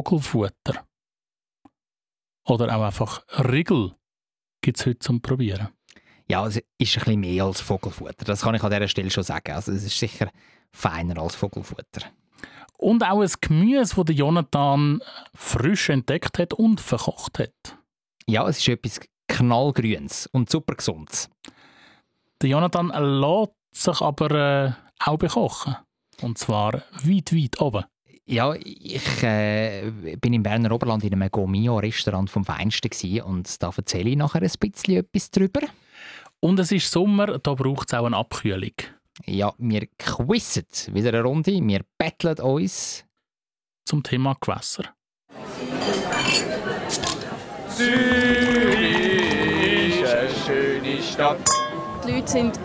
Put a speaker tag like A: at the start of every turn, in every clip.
A: Vogelfutter oder auch einfach Riegel gibt es heute zum Probieren.
B: Ja, es ist ein bisschen mehr als Vogelfutter. Das kann ich an dieser Stelle schon sagen. Also es ist sicher feiner als Vogelfutter.
A: Und auch ein Gemüse, das der Jonathan frisch entdeckt hat und verkocht hat.
B: Ja, es ist etwas knallgrüns und super gesundes.
A: Der Jonathan lässt sich aber äh, auch bekochen. Und zwar weit, weit oben.
B: Ja, ich äh, bin im Berner Oberland in einem Gomio-Restaurant vom Feinsten gewesen und da erzähle ich nachher ein bisschen etwas drüber.
A: Und es ist Sommer, da braucht es auch eine Abkühlung.
B: Ja, wir quizzen wieder eine Runde, wir betteln uns.
A: Zum Thema Gewässer.
C: Zürich ist eine schöne Stadt.
D: Die Leute sind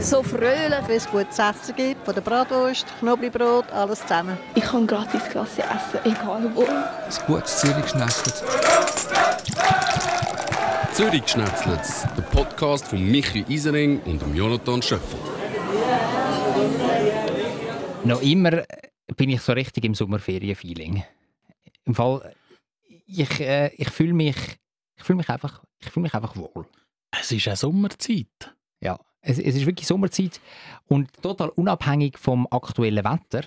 D: so fröhlich.
E: Wenn es gutes Essen gibt, von der Bratwurst, Knoblauchbrot, alles zusammen.
F: Ich kann gratis Klasse essen, egal wo.
G: Ein gutes Zürich schnetzelt.
H: Zürich Schnetzlitz, der Podcast von Michi Isering und dem Jonathan Schöffel.
B: Noch immer bin ich so richtig im Sommerferien-Feeling. Im Fall, ich, äh, ich fühle mich, ich fühle mich einfach, ich fühle mich einfach wohl.
A: Es ist eine Sommerzeit.
B: Ja, es, es ist wirklich Sommerzeit und total unabhängig vom aktuellen Wetter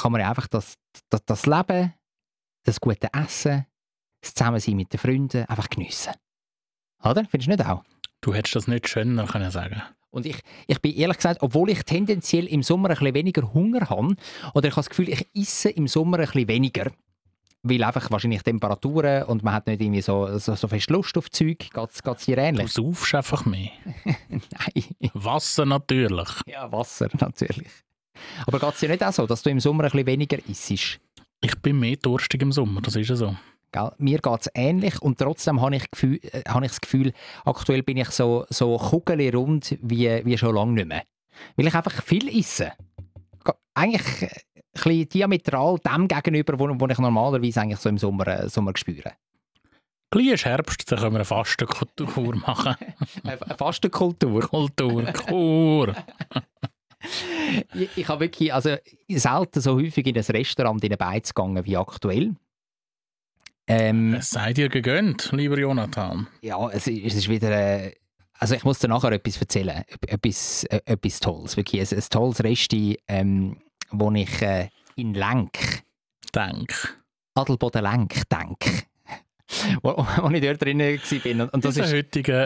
B: kann man ja einfach das, das, das Leben, das gute Essen, das Zusammensein mit den Freunden einfach geniessen. Oder? Findest du nicht auch?
A: Du hättest das nicht schöner können sagen
B: Und ich, ich bin ehrlich gesagt, obwohl ich tendenziell im Sommer ein bisschen weniger Hunger habe, oder ich habe das Gefühl, ich esse im Sommer ein bisschen weniger, weil einfach wahrscheinlich Temperaturen und man hat nicht irgendwie so, so, so fest Lust auf Zeug, geht es hier
A: Du
B: ähnlich?
A: saufst einfach mehr.
B: Nein.
A: Wasser natürlich.
B: Ja, Wasser natürlich. Aber geht es dir nicht auch so, dass du im Sommer ein bisschen weniger isst?
A: Ich bin mehr durstig im Sommer, das ist ja so.
B: Gell? Mir geht es ähnlich und trotzdem habe ich, Gefühl, äh, habe ich das Gefühl, aktuell bin ich so, so kugelrund wie, wie schon lange nicht mehr. Weil ich einfach viel esse. Ge- Eigentlich äh, ein bisschen diametral dem gegenüber, wo, wo ich normalerweise eigentlich so im Sommer, äh, Sommer spüre.
A: Gleich ist Herbst, dann können wir eine Fastenkultur machen.
B: Eine eine Fastenkultur.
A: Kultur, Kur.
B: Ich, ich habe wirklich also selten so häufig in ein Restaurant in eine Beiz gegangen wie aktuell. Ähm,
A: Es sei dir gegönnt, lieber Jonathan.
B: Ja, es ist, es ist wieder. Äh, also ich muss dir nachher etwas erzählen. Ep- Etwas, äh, etwas Tolles. Wirklich ein, ein tolles Resti, ähm, wo ich äh, in Lenk,
A: Denk.
B: Adelboden Lenk denke. wo, wo ich dort drinnen war. Und, und das
A: Das ist
B: ist
A: der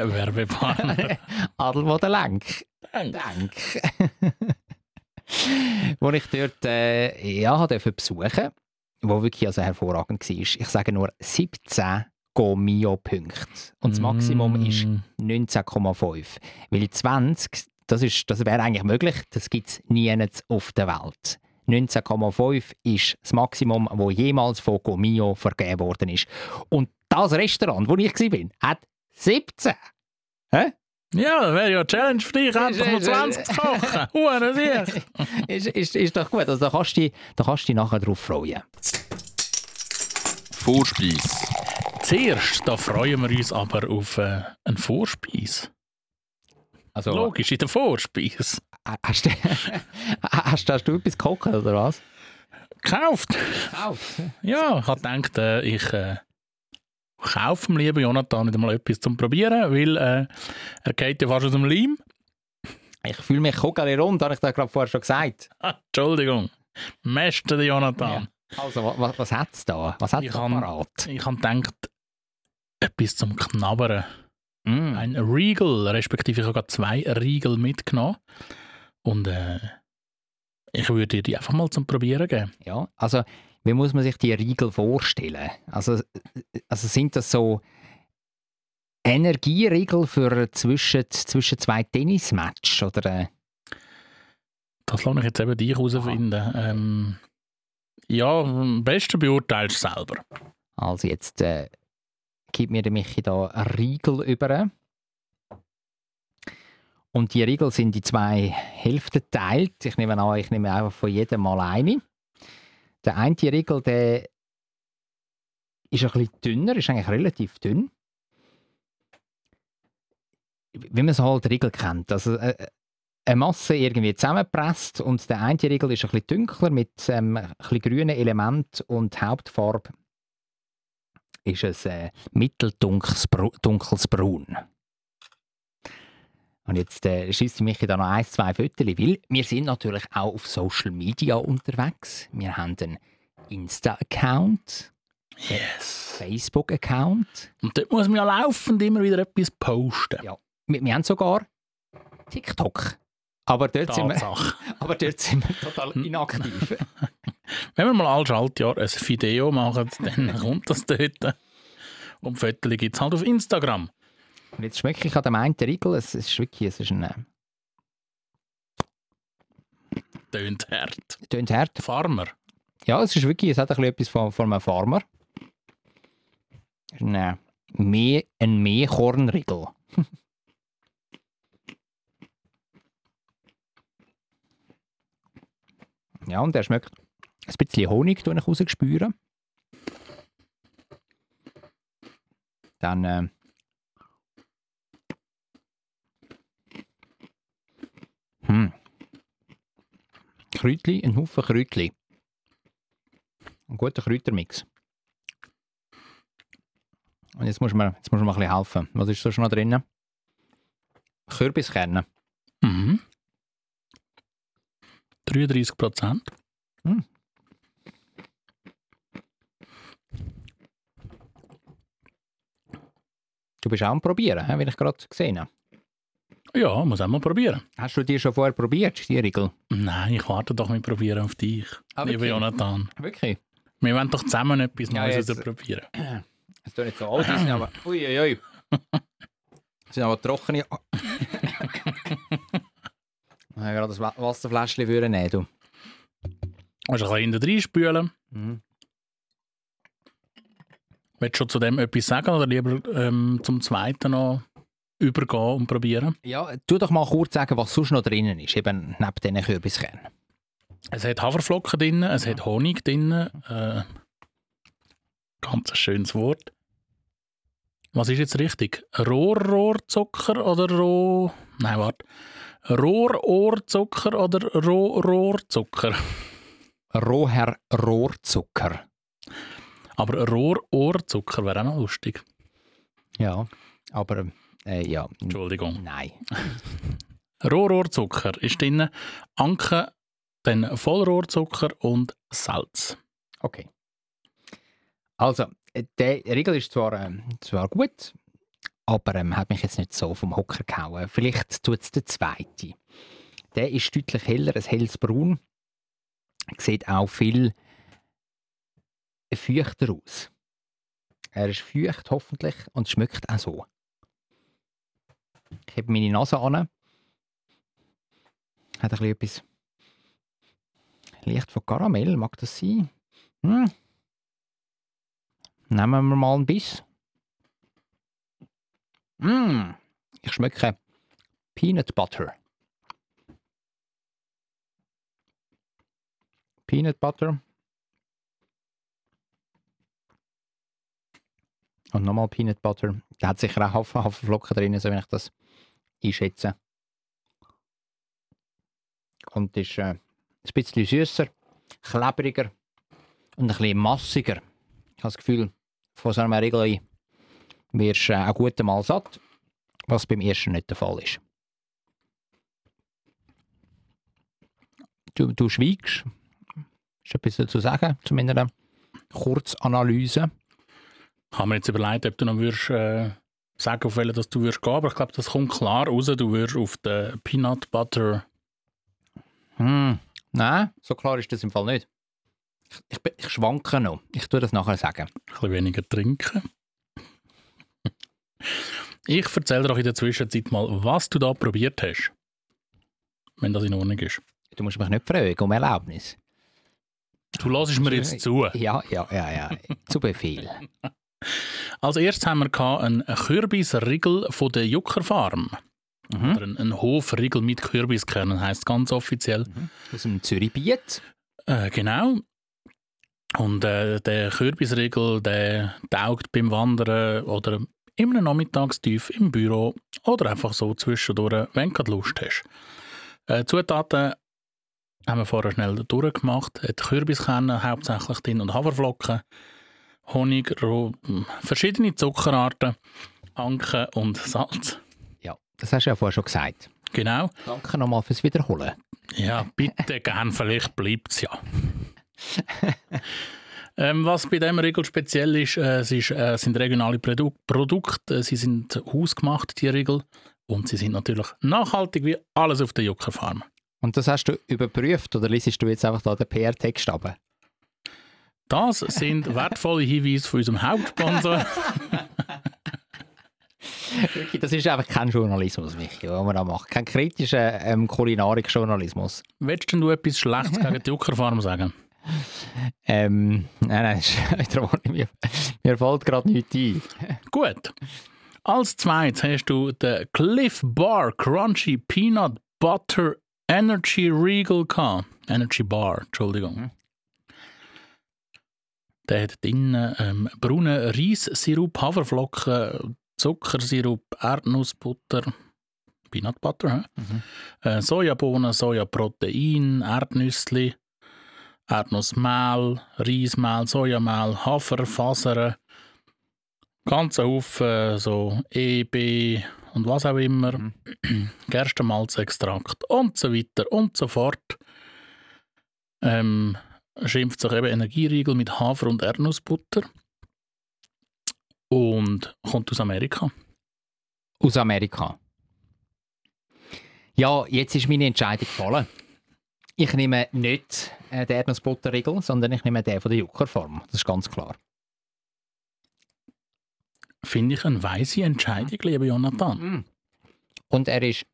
A: heutige Werbepartner.
B: Adelboden Lenk.
A: Denk.
B: Dank. wo ich dort äh, ja, habe dürfen besuchen wo wirklich also hervorragend war. Ich sage nur 17 Gomio-Punkte. Und das Maximum ist
A: Mm.
B: 19,5. Weil 20, das, ist, das wäre eigentlich möglich, das gibt es nirgends auf der Welt. 19,5 ist das Maximum, wo jemals von Gomio vergeben worden ist. Und das Restaurant, wo ich war, hat 17.
A: Ja, das wäre ja eine Challenge für dich, einfach mal
B: ist-
A: 20 zu kochen. Hure sicher.
B: ist, ist, ist doch gut, also da kannst du dich, da kannst du dich nachher drauf freuen.
H: Vorspeis,
A: Zuerst, da freuen wir uns aber auf äh, einen Vorspeis.
B: Also,
A: Logisch, in der Vorspeis.
B: ha- Hast, du- hast, hast du etwas gekocht oder was?
A: Gekauft. Ja, ich habe gedacht, äh, ich äh, kaufe dem lieben Jonathan wieder mal etwas zum Probieren, weil äh, er geht ja fast aus dem Leim.
B: Ich fühle mich kugelrund, rund, habe ich dir gerade vorher schon gesagt.
A: Ah, Entschuldigung. Mester der Jonathan.
B: Also, wa- wa- was hat es da? Was hat
A: Ich
B: es
A: kann-
B: parat?
A: Ich habe gedacht, etwas zum Knabbern.
B: Mm.
A: Ein Riegel, respektive ich habe gerade zwei Riegel mitgenommen. Und äh, ich würde dir die einfach mal zum Probieren geben.
B: Ja, also, wie muss man sich die Riegel vorstellen? Also, also sind das so Energieriegel für zwischen, zwischen zwei Tennismatches? Oder, äh,
A: Das lasse ich jetzt eben dich herausfinden. Ähm, ja, am besten beurteilst du selber.
B: also, jetzt äh, gibt mir der Michi da einen Riegel über. Und die Riegel sind in zwei Hälften geteilt. Ich nehme an, ich nehme einfach von jedem mal eine. Der eine Riegel, der ist ein bisschen dünner, ist eigentlich relativ dünn. Wie man es halt Riegel kennt. Also, äh, eine Masse irgendwie zusammengepresst und der eine Riegel ist ein bisschen dunkler mit ähm, ein bisschen grünen Element und Hauptfarbe ist es äh, mitteldunkles Bru- dunkles Braun. Und jetzt äh, schießt mich da noch ein, zwei Fotos, weil wir sind natürlich auch auf Social Media unterwegs. Wir haben einen Insta-Account,
A: Yes.
B: Facebook-Account.
A: Und dort muss man ja laufend immer wieder etwas posten.
B: Wir, wir haben sogar TikTok. Aber dort, sind wir,
A: Tatsache.
B: aber dort sind wir total inaktiv.
A: Wenn wir mal alle Schaltjahr ein Video machen, dann kommt das dort. Und Fotos gibt es halt auf Instagram.
B: Und jetzt schmecke ich an dem einen Riegel. Es ist wirklich, es ist ein, äh,
A: Tönt hart.
B: tönt hart.
A: Farmer.
B: Ja, es ist wirklich, es hat ein bisschen etwas von, von einem Farmer. Es ist ein, äh, Meh, ein Mehlkornriegel. ja, und der schmeckt ein bisschen Honig, den ich rausgespüre. Dann, äh, hm. Kräutli, ein Haufen Kräutli. Ein guter Kräutermix. Und jetzt muss man, jetzt muss man ein bisschen helfen. Was ist da schon noch drin? Kürbiskerne.
A: Mhm. 33 Prozent.
B: Hm. Du bist auch am Probieren, hä, wie ich gerade gesehen habe.
A: Ja, muss auch mal probieren.
B: Hast du die schon vorher probiert, die Riegel?
A: Nein, ich warte doch mit Probieren auf dich,
B: Ah,
A: lieber
B: wirklich?
A: Jonathan.
B: Wirklich?
A: Wir wollen doch zusammen etwas
B: Ja,
A: Neues
B: jetzt-
A: probieren.
B: Es tut nicht so alt, die sind aber. Uiuiui. Das sind aber trockene. Ah. Ich habe gerade das Wa- Wasserfläschchen würden nehmen, du.
A: Kannst ein bisschen hinten reinspülen.
B: Mhm.
A: Willst du schon zu dem etwas sagen oder lieber ähm, zum zweiten noch übergehen und probieren?
B: Ja, tu doch mal kurz sagen, was sonst noch drinnen ist, eben neben diesen Kürbiskernen.
A: Es hat Haferflocken drin, es hat Honig drin. Äh, ganz ein schönes Wort. Was ist jetzt richtig? Rohrrohrzucker oder Roh... Nein, warte. Rohrohrzucker oder Rohrohrzucker?
B: Roher Rohrzucker.
A: Aber Rohrohrzucker wäre auch noch lustig.
B: Ja, aber äh, ja, n-
A: Entschuldigung.
B: nein.
A: Rohrohrzucker ist drin. Anke, dann Vollrohrzucker und Salz.
B: Okay. Also, äh, der Riegel ist zwar, ähm, zwar gut, aber ähm, hat mich jetzt nicht so vom Hocker gehauen. Vielleicht tut es der zweite. Der ist deutlich heller, ein helles Braun. Sieht auch viel feuchter aus. Er ist feucht, hoffentlich, und schmeckt auch so. Ich habe meine Nase an. Hat ein bisschen etwas. Licht von Karamell, mag das sein? Hm. Nehmen wir mal einen Biss. Mm. Ich schmecke Peanut Butter. Peanut Butter. Und nochmal Peanut Butter. Da hat sicher auch Hafer, Haferflocken drin, so wenn ich das einschätze. Und ist äh, ein bisschen süßer, klebriger und ein bisschen massiger. Ich habe das Gefühl, von so einem Regelei wirst du äh, auch gut mal satt, was beim ersten nicht der Fall ist. Du, du schweigst. Ist etwas dazu zu sagen, zu meiner Kurzanalyse?
A: Ich habe mir jetzt überlegt, ob du noch würdest, äh, sagen auf welchen dass du würdest gehen aber ich glaube, das kommt klar raus. Du würdest auf den Peanut Butter.
B: Hm, nein, so klar ist das im Fall nicht. Ich, ich, bin- ich schwanke noch. Ich tue das nachher sagen.
A: ein bisschen weniger trinken. Ich erzähle dir auch in der Zwischenzeit mal, was du da probiert hast. Wenn das in Ordnung ist.
B: Du musst mich nicht fragen um Erlaubnis.
A: Du lässt mir jetzt zu.
B: Ja, ja, ja, ja. zu Befehl.
A: Als erstes Also, haben wir gehabt einen Kürbisriegel von der Jucker Farm.
B: Mhm.
A: Oder einen, einen Hofriegel mit Kürbiskernen, heisst ganz offiziell.
B: Aus dem Zürich-Biet.
A: Äh, genau. Und äh, der Kürbisriegel, der taugt beim Wandern oder immer nachmittagstief im Büro oder einfach so zwischendurch, wenn du gerade Lust hast. Äh, Zutaten haben wir vorher schnell durchgemacht. Hat Kürbiskerne hauptsächlich drin und Haferflocken, Honig, Roh, m, verschiedene Zuckerarten, Anke und Salz.
B: Ja, das hast du ja vorher schon gesagt.
A: Genau.
B: Danke nochmal fürs Wiederholen.
A: Ja, bitte gern, vielleicht bleibt es ja. ähm, was bei diesem Riegel speziell ist, äh, es ist, äh, sind regionale Produ Produkte, äh, sie sind hausgemacht, die Riegel, und sie sind natürlich nachhaltig wie alles auf der Juckerfarm.
B: Und das hast du überprüft oder liest du jetzt einfach da den PR-Text ab?
A: Das sind wertvolle Hinweise von unserem Hauptsponsor.
B: Wirklich, Das ist einfach kein Journalismus, Michi, was man da macht. Kein kritischer ähm, Kulinarik-Journalismus.
A: Willst denn du etwas Schlechtes gegen die Juckerfarm sagen?
B: Ähm, nein, nein, das ist- darum wollte ich mir, mir fällt gerade nichts ein.
A: Gut. Als zweites hast du den Cliff Bar Crunchy Peanut Butter Energy Regal gehabt. Energy Bar, Entschuldigung. Der hat drinnen ähm, braunen Reissirup, Haferflocken, Zuckersirup, Erdnussbutter, Peanut Butter, hä? äh, Sojabohnen, Sojaprotein, Erdnüsse, Erdnussmehl, Reismehl, Sojamehl, Haferfasern, ganzen Haufen äh, so EB und was auch immer, Gerstenmalzextrakt und so weiter und so fort. Ähm, schimpft sich eben Energieriegel mit Hafer und Erdnussbutter und kommt aus Amerika.
B: Aus Amerika. Ja, jetzt ist meine Entscheidung gefallen. Ich nehme nicht äh, den Erdnussbutterriegel, sondern ich nehme den von der Juckerform. Das ist ganz klar.
A: Finde ich eine weise Entscheidung, lieber Jonathan.
B: Und er ist,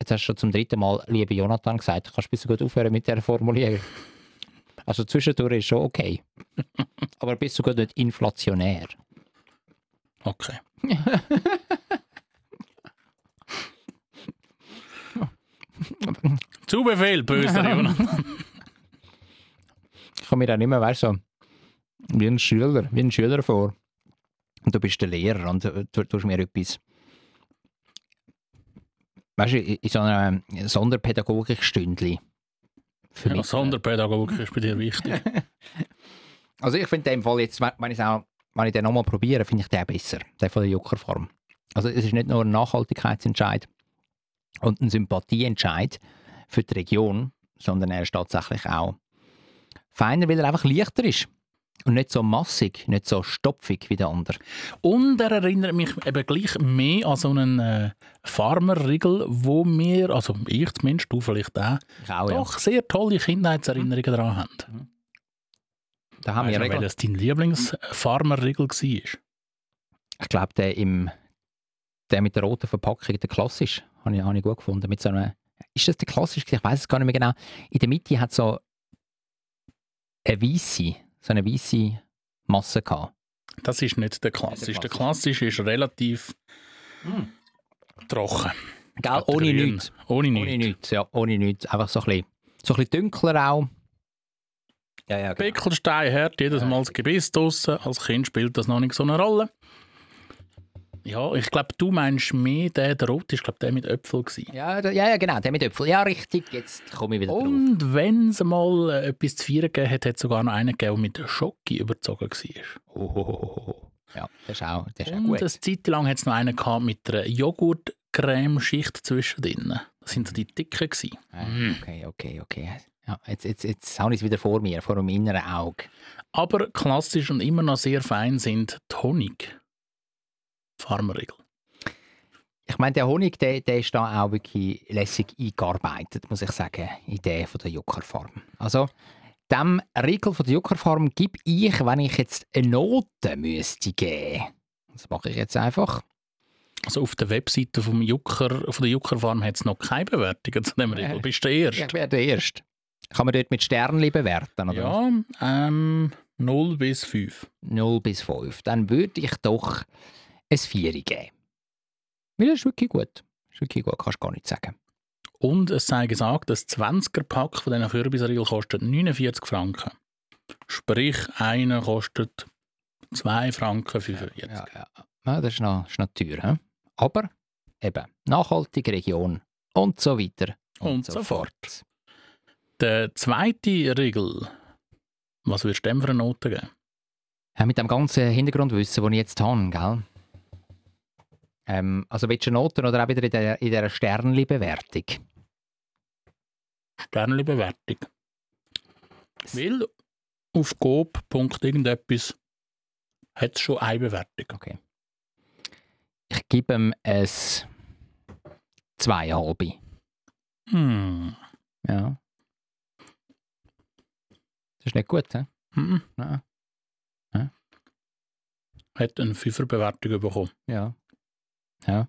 B: jetzt hast du schon zum dritten Mal, liebe Jonathan, gesagt, du kannst bis gut aufhören mit der Formulierung. Also zwischendurch ist schon okay. Aber bist du gut nicht inflationär?
A: Okay. Zu Befehl, böser Jonathan.
B: Ich komme mir dann immer, weißt du, so, wie ein Schüler, wie ein Schüler vor. Und du bist der Lehrer und du du tust mir etwas. Weißt du, in in so einem Sonderpädagogik-Stündli. Für
A: Ja,
B: mich.
A: Sonderpädagogik ist bei dir wichtig.
B: Also ich finde den im Fall jetzt, wenn wenn ich's auch, wenn ich den nochmal probiere, finde ich den besser, den von der Juckerfarm. Also es ist nicht nur ein Nachhaltigkeitsentscheid und ein Sympathieentscheid für die Region, sondern er ist tatsächlich auch feiner, weil er einfach leichter ist und nicht so massig, nicht so stopfig wie der andere.
A: Und er erinnert mich eben gleich mehr an so einen äh, Farmerriegel, wo wir, also ich zumindest, du vielleicht auch,
B: Ich auch, Oh ja.
A: doch sehr tolle Kindheitserinnerungen daran haben.
B: Da haben Ah, wir
A: Weißt du,
B: Regeln.
A: welches dein Lieblingsfarmerriegel war?
B: Ich glaube, der, im, der mit der roten Verpackung, der klassisch, habe ich, hab ich gut gefunden. Mit so einem, ist das der klassisch? Ich weiß es gar nicht mehr genau. In der Mitte hat so eine weiße, so eine weiße Masse gehabt.
A: Das ist nicht der klassische.
B: Nicht der
A: Der klassische ist relativ trocken.
B: Gell?
A: Hat
B: Ohne
A: grün.
B: nichts.
A: Ohne nichts.
B: Ohne nichts, ja, ohne nichts. Einfach so ein bisschen, so ein bisschen dunkler auch. Ja, ja, genau.
A: Pickelstein hört jedes Mal das Gebiss draussen. Als Kind spielt das noch nicht so eine Rolle. Ja, ich glaube, du meinst mehr den, der rot ist, glaube der mit Äpfel gewesen.
B: Ja, da- ja, ja, genau, der mit Äpfel. Ja, richtig, jetzt komme ich wieder drauf.
A: Und wenn es mal äh, etwas zu feiern gegeben hat, hat es sogar noch einen gegeben, der mit Schocke überzogen war.
B: Ohohoho. Ja, das ist auch, das ist auch
A: Und
B: gut.
A: eine Zeit lang hat es noch einen gehabt mit einer Joghurtcremeschicht zwischendrin. Das sind so die dicken. Gewesen.
B: Ah, Okay, okay, okay. Ja, jetzt, jetzt, jetzt habe ich es wieder vor mir, vor meinem inneren Auge.
A: Aber klassisch und immer noch sehr fein sind die Honig. Farmerriegel.
B: Ich meine, der Honig, der, der ist da auch wirklich lässig eingearbeitet, muss ich sagen, in der von der Juckerfarm. Also, dem Riegel von der Juckerfarm gebe ich, wenn ich jetzt eine Note müsste geben. Das mache ich jetzt einfach.
A: Also auf der Webseite vom Jucker, von der Juckerfarm hat es noch keine Bewertungen zu dem
B: Äh,
A: Riegel. Bist du der Erste?
B: Ich wäre der Erste. Kann man dort mit Sternli bewerten, oder?
A: Ja, ähm, 0 bis 5.
B: 0 bis 5. Dann würde ich doch ein 4 geben. Weil das ist wirklich gut. Das ist wirklich gut, kannst du gar nicht sagen.
A: Und es sei gesagt, das 20er-Pack von diesen Kürbisriegeln kostet 49 Franken. Sprich, einer kostet 2 Franken 45.
B: Ja, ja. ja das ist noch, ist noch teuer. He? Aber eben, nachhaltige Region und so weiter
A: Und so fort. Der zweite Riegel, was würdest du dem für eine Note geben?
B: Ja, mit dem ganzen Hintergrundwissen, das ich jetzt habe, gell? Ähm, also willst du Noten oder auch wieder in der, in der Sternli-Bewertung?
A: Sternli-Bewertung. Weil auf Gob. Punkt irgendetwas hat es schon eine Bewertung.
B: Okay. Ich gebe ihm ein zweieinhalb.
A: Hm.
B: Ja. Das ist nicht gut, hä?
A: Mhm.
B: Nein.
A: Hat eine Fünfer-Bewertung bekommen.
B: Ja. Ja.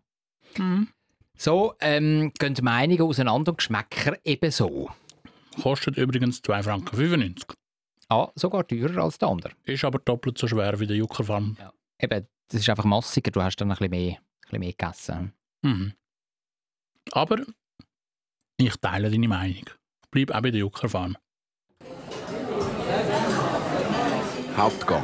B: Hm. So ähm, gehen die Meinungen auseinander und Geschmäcker ebenso.
A: Kostet übrigens 2,95 Franken.
B: Ah, sogar teurer als der andere.
A: Ist aber doppelt so schwer wie der Juckerfarm.
B: Eben, das ist einfach massiger, du hast dann ein bisschen mehr, ein bisschen mehr gegessen.
A: Mhm. Aber ich teile deine Meinung. Bleib auch bei der Juckerfarm.
H: Hauptgang.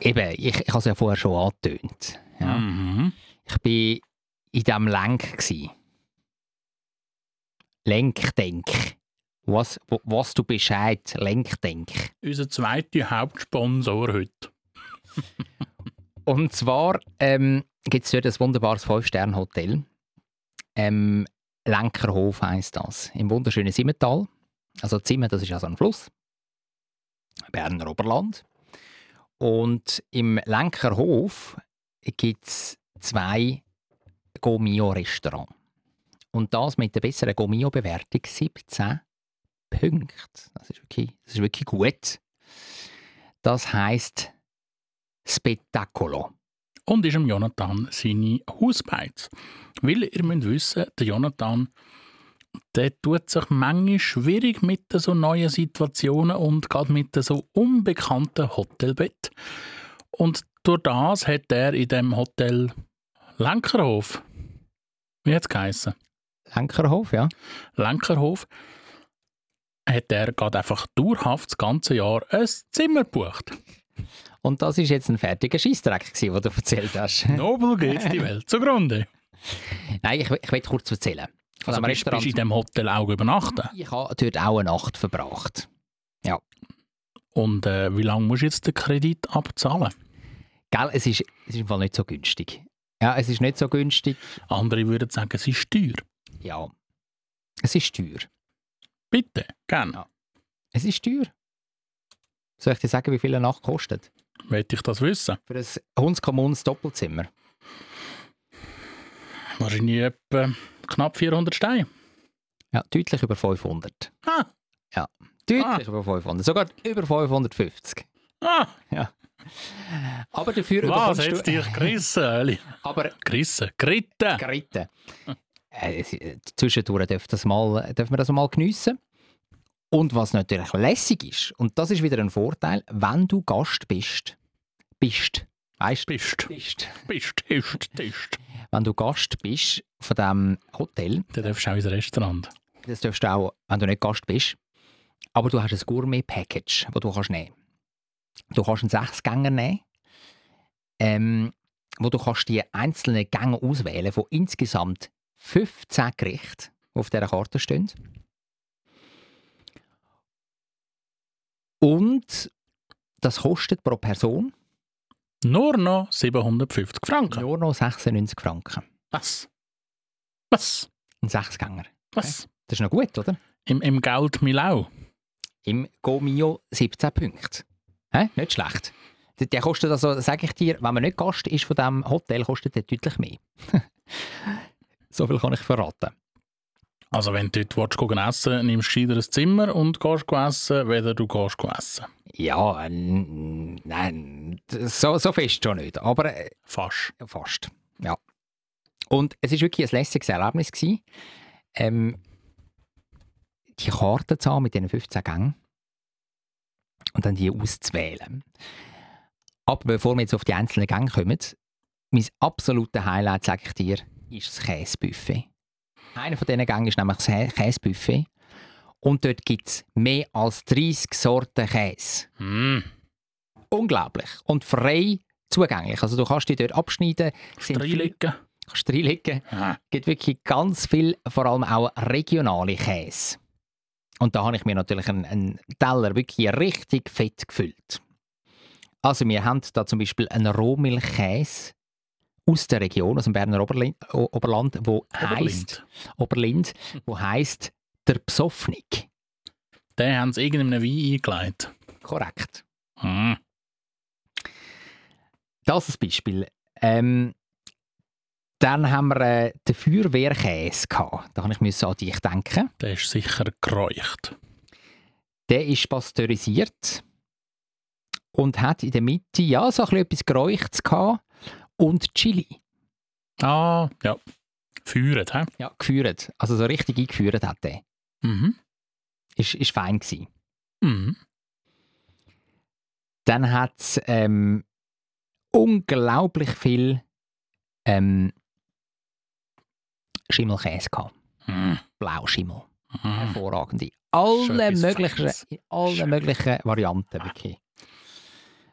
B: Eben, ich, ich habe es ja vorher schon angetönt. Ja.
A: Mhm.
B: Ich bin in diesem Lenk. gsi. Lenkdenk. Was, wo- was du Bescheid, Lenkdenk.
A: Unser zweiter Hauptsponsor heute.
B: Und zwar ähm, gibt es dort ein wunderbares Fünf-Sterne-Hotel. Ähm, Lenkerhof heisst das. Im wunderschönen Simmental. Also Zimmer, das ist also ein Fluss. Berner Oberland. Und im Lenkerhof gibt es zwei Gomio-Restaurants. Und das mit der besseren Gomio-Bewertung 17 Punkte. Das ist wirklich, das ist wirklich gut. Das heisst Spettacolo.
A: und ist dem Jonathan seine Hausbeiz. Weil ihr müsst wissen, der Jonathan der tut sich manchmal schwierig mit so neuen Situationen und gerade mit so unbekannten Hotelbett. Und durch das hat er in dem Hotel Lenkerhof, wie hat es geheissen?
B: Lenkerhof, ja.
A: Lenkerhof, hat er gerade einfach dauerhaft das ganze Jahr ein Zimmer gebucht.
B: Und das ist jetzt ein fertiger Scheissdreck, gewesen, den du erzählt hast.
A: Nobel geht die Welt zugrunde.
B: Nein, ich, ich will kurz erzählen. Von
A: Also
B: dem
A: bist, bist
B: Restaurant.
A: in dem Hotel auch übernachten.
B: Ich habe dort auch eine Nacht verbracht.
A: Und äh, wie lange musst du jetzt den Kredit abzahlen?
B: Gell, es ist, es ist im Fall nicht so günstig. Ja, es ist nicht so günstig.
A: Andere würden sagen, es ist teuer.
B: Ja. Es ist teuer.
A: Bitte, gerne.
B: Ja. Es ist teuer. Soll ich dir sagen, wie viel eine Nacht kostet?
A: Möchte ich das wissen?
B: Für ein Hundskommuns Doppelzimmer.
A: Wahrscheinlich etwa knapp 400 Steine.
B: Ja, deutlich über 500.
A: Ah,
B: Deutlich
A: Ah.
B: über 500. Sogar über 550.
A: ah,
B: Aber dafür
A: was
B: bekommst
A: hat dich gerissen, Öli?
B: Aber
A: Gerissen, geritten.
B: geritten. Äh, es- äh, zwischendurch dürfen, das mal, dürfen wir das mal geniessen. Und was natürlich lässig ist, und das ist wieder ein Vorteil, wenn du Gast bist, bist, weißt du,
A: Bist,
B: bist.
A: bist, ist, ist.
B: Wenn du Gast bist von diesem Hotel,
A: Dann darfst du auch ins Restaurant.
B: das darfst du auch, wenn du nicht Gast bist, aber du hast ein Gourmet-Package, das du kannst nehmen Du kannst einen Sechsgänger nehmen, ähm, wo du kannst die einzelnen Gänge auswählen von insgesamt 15 Gerichten, die auf dieser Karte stehen. Und das kostet pro Person
A: Nur noch 750 Franken.
B: nur noch 96 Franken.
A: Was? Was?
B: Ein Sechsgänger.
A: Was?
B: Das ist noch gut, oder?
A: Im, im Geld Milau.
B: im Gomio 17 Punkte. Hä? Nicht schlecht. Der, der kostet also, sage ich dir, wenn man nicht Gast ist von diesem Hotel, kostet der deutlich mehr. so viel kann ich verraten.
A: Also wenn du dort willst, gehen essen nimmst du gescheiter ein Zimmer und gehst essen, weder du gehst essen.
B: Ja, äh, n- nein, d- so, so fest schon nicht, aber äh,
A: Fast.
B: fast. Ja. Und es ist wirklich ein lässiges Erlebnis. Gewesen. Ähm, die Karte zu haben mit diesen 15 Gängen und dann die auszuwählen. Aber bevor wir jetzt auf die einzelnen Gänge kommen, mein absolutes Highlight, sage ich dir, ist das Käsebuffet. Einer von diesen Gängen ist nämlich das Hä- Käsebuffet. Und dort gibt es mehr als 30 Sorten Käse.
A: Mm.
B: Unglaublich. Und frei zugänglich. Also du kannst dich dort abschneiden. Es sind
A: Drei
B: Fle-
A: liegen.
B: Kannst du reinlegen.
A: Aha.
B: gibt wirklich ganz viel, vor allem auch regionale Käse. Und da habe ich mir natürlich einen, einen Teller wirklich richtig fett gefüllt. Also wir haben da zum Beispiel einen Rohmilchkäse aus der Region, aus dem Berner Oberlin O- Oberland, wo heißt
A: Oberlind.
B: Oberlind, wo heißt der Psoffnik.
A: Den haben sie irgendeinem Wein eingelegt.
B: Korrekt.
A: Hm.
B: Das ist ein Beispiel. Ähm, dann haben wir äh, den Feuerwehrkäse gehabt. Da habe ich müssen an dich denken.
A: Der ist sicher geräucht.
B: Der ist pasteurisiert und hat in der Mitte ja so ein bisschen etwas Geräuchtes gehabt und Chili
A: Ah, ja. Feuert, hä?
B: ja. geführt. Also so richtig eingeführt hat der.
A: Mhm.
B: Ist, ist fein gewesen.
A: Mhm.
B: Dann hat es ähm, unglaublich viel ähm, Schimmelkäse gehabt.
A: Mhm.
B: Blauschimmel.
A: Mhm.
B: Hervorragend. In
A: Schon
B: allen
A: etwas
B: möglichen,
A: Feines.
B: in allen
A: Schon
B: möglichen Varianten wirklich.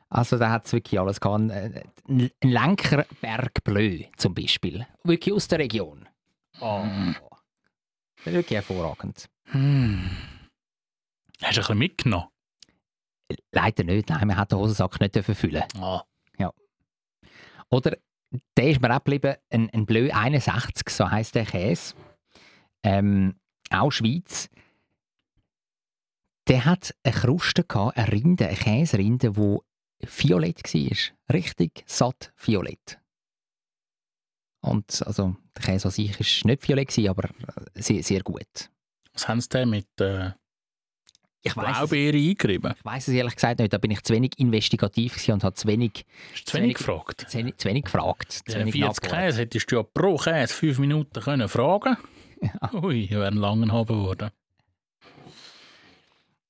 B: Also da hat es wirklich alles gehabt. Ein ein Lenker Bergbleu zum Beispiel. Wirklich aus der Region. Oh.
A: Mhm.
B: Das ist wirklich hervorragend.
A: Hm. Hast du ein bisschen mitgenommen?
B: Leider nicht, nein, man hat den Hosensack nicht dürfen füllen.
A: Ah.
B: Oder der ist mir auch geblieben, ein, ein Bleu 61, so heisst der Käse. Ähm, auch Schweiz. Der hat eine Kruste, gehabt, eine Rinde, eine Käserinde, die violett war. Richtig satt violett. Und also, der Käse an sich war nicht violett, gewesen, aber äh, sehr, sehr gut.
A: Was haben sie denn mit äh,
B: Ich weiß
A: Blaubeere eingerieben?
B: es ehrlich gesagt nicht, da bin ich zu wenig investigativ gewesen und habe zu wenig,
A: Ist zu wenig gefragt.
B: zu wenig, zu wenig gefragt. Zu
A: Den
B: wenig
A: 40
B: nachgebohrt.
A: Käse hättest du ja pro Käse 5 Minuten können fragen können. Ui, wir wären langen haben worden.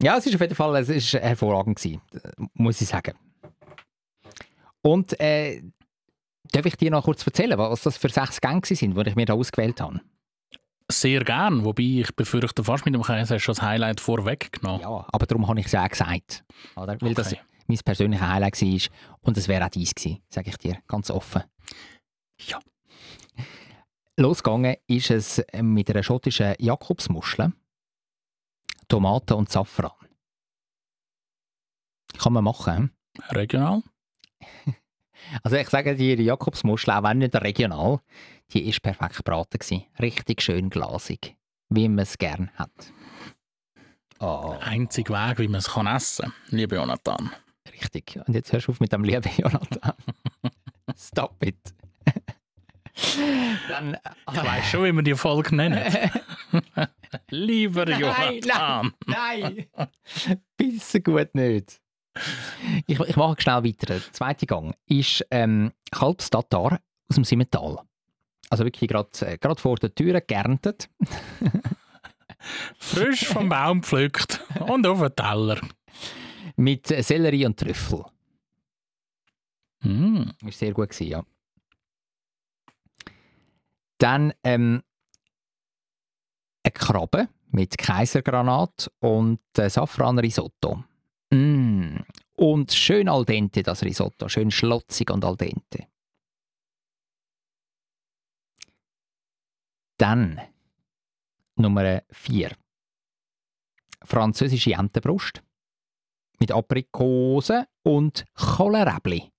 B: Ja, es ist auf jeden Fall es ist hervorragend gewesen, äh, muss ich sagen. Und äh, darf ich dir noch kurz erzählen, was das für sechs Gänge gewesen sind, die ich mir da ausgewählt habe?
A: Sehr gern, wobei ich befürchte, fast mit dem Käse hast du das Highlight vorweggenommen.
B: Ja, aber darum habe ich es ja auch gesagt. Oder? Weil das
A: Okay.
B: mein persönliches Highlight war und es wäre auch dies gewesen, sage ich dir ganz offen.
A: Ja.
B: Losgegangen ist es mit einer schottischen Jakobsmuschel, Tomaten und Safran. Kann man machen, hm?
A: Regional?
B: Also ich sage dir, die Jakobsmuschel, auch wenn nicht regional, die ist perfekt gebraten gewesen. Richtig schön glasig. Wie man es gern hat. Oh,
A: Einzig Weg, wie man es kann essen kann, liebe Jonathan.
B: richtig. Und jetzt hörst du auf mit dem lieben Jonathan. Stop it. Dann, ah,
A: Ich weiss schon, wie wir die Folge nennen. Lieber
B: Nein,
A: Jonathan.
B: nein! Bissen gut nicht. Ich, ich mache schnell weiter. Der zweite Gang ist ähm, halbes Tatar aus dem Simmental. Also wirklich gerade äh, gerade vor der Tür geerntet.
A: Frisch vom Baum gepflückt und auf den Teller.
B: Mit äh, Sellerie und Trüffel.
A: Mm.
B: Ist sehr gut gewesen, ja. Dann ähm, eine Krabbe mit Kaisergranat und äh, Safranrisotto. Mm. Und schön al dente das Risotto, schön schlotzig und al dente. Dann Nummer 4. Französische Entenbrust mit Aprikosen und Choleräbli.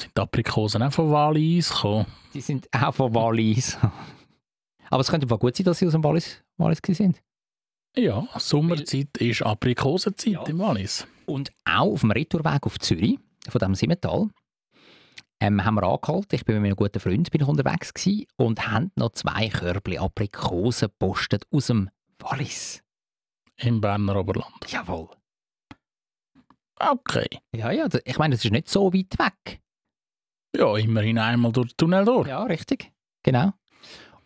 A: Sind die Aprikosen auch von Wallis gekommen?
B: Die sind auch von Wallis. Aber es könnte im Fall gut sein, dass sie aus dem Wallis, Wallis gewesen sind.
A: Ja, Sommerzeit ist Aprikosenzeit im Wallis.
B: Und auch auf dem Retourweg auf Zürich, von dem Simmental, ähm, haben wir angehalten. Ich bin mit meinem guten Freund bin ich unterwegs gewesen und haben noch zwei Körbchen Aprikosen gepostet aus dem Wallis.
A: Im Berner Oberland.
B: Jawohl.
A: Okay.
B: Ja, ja, da- ich meine, das ist nicht so weit weg.
A: Ja, immerhin einmal durch den Tunnel durch.
B: Ja, richtig. Genau.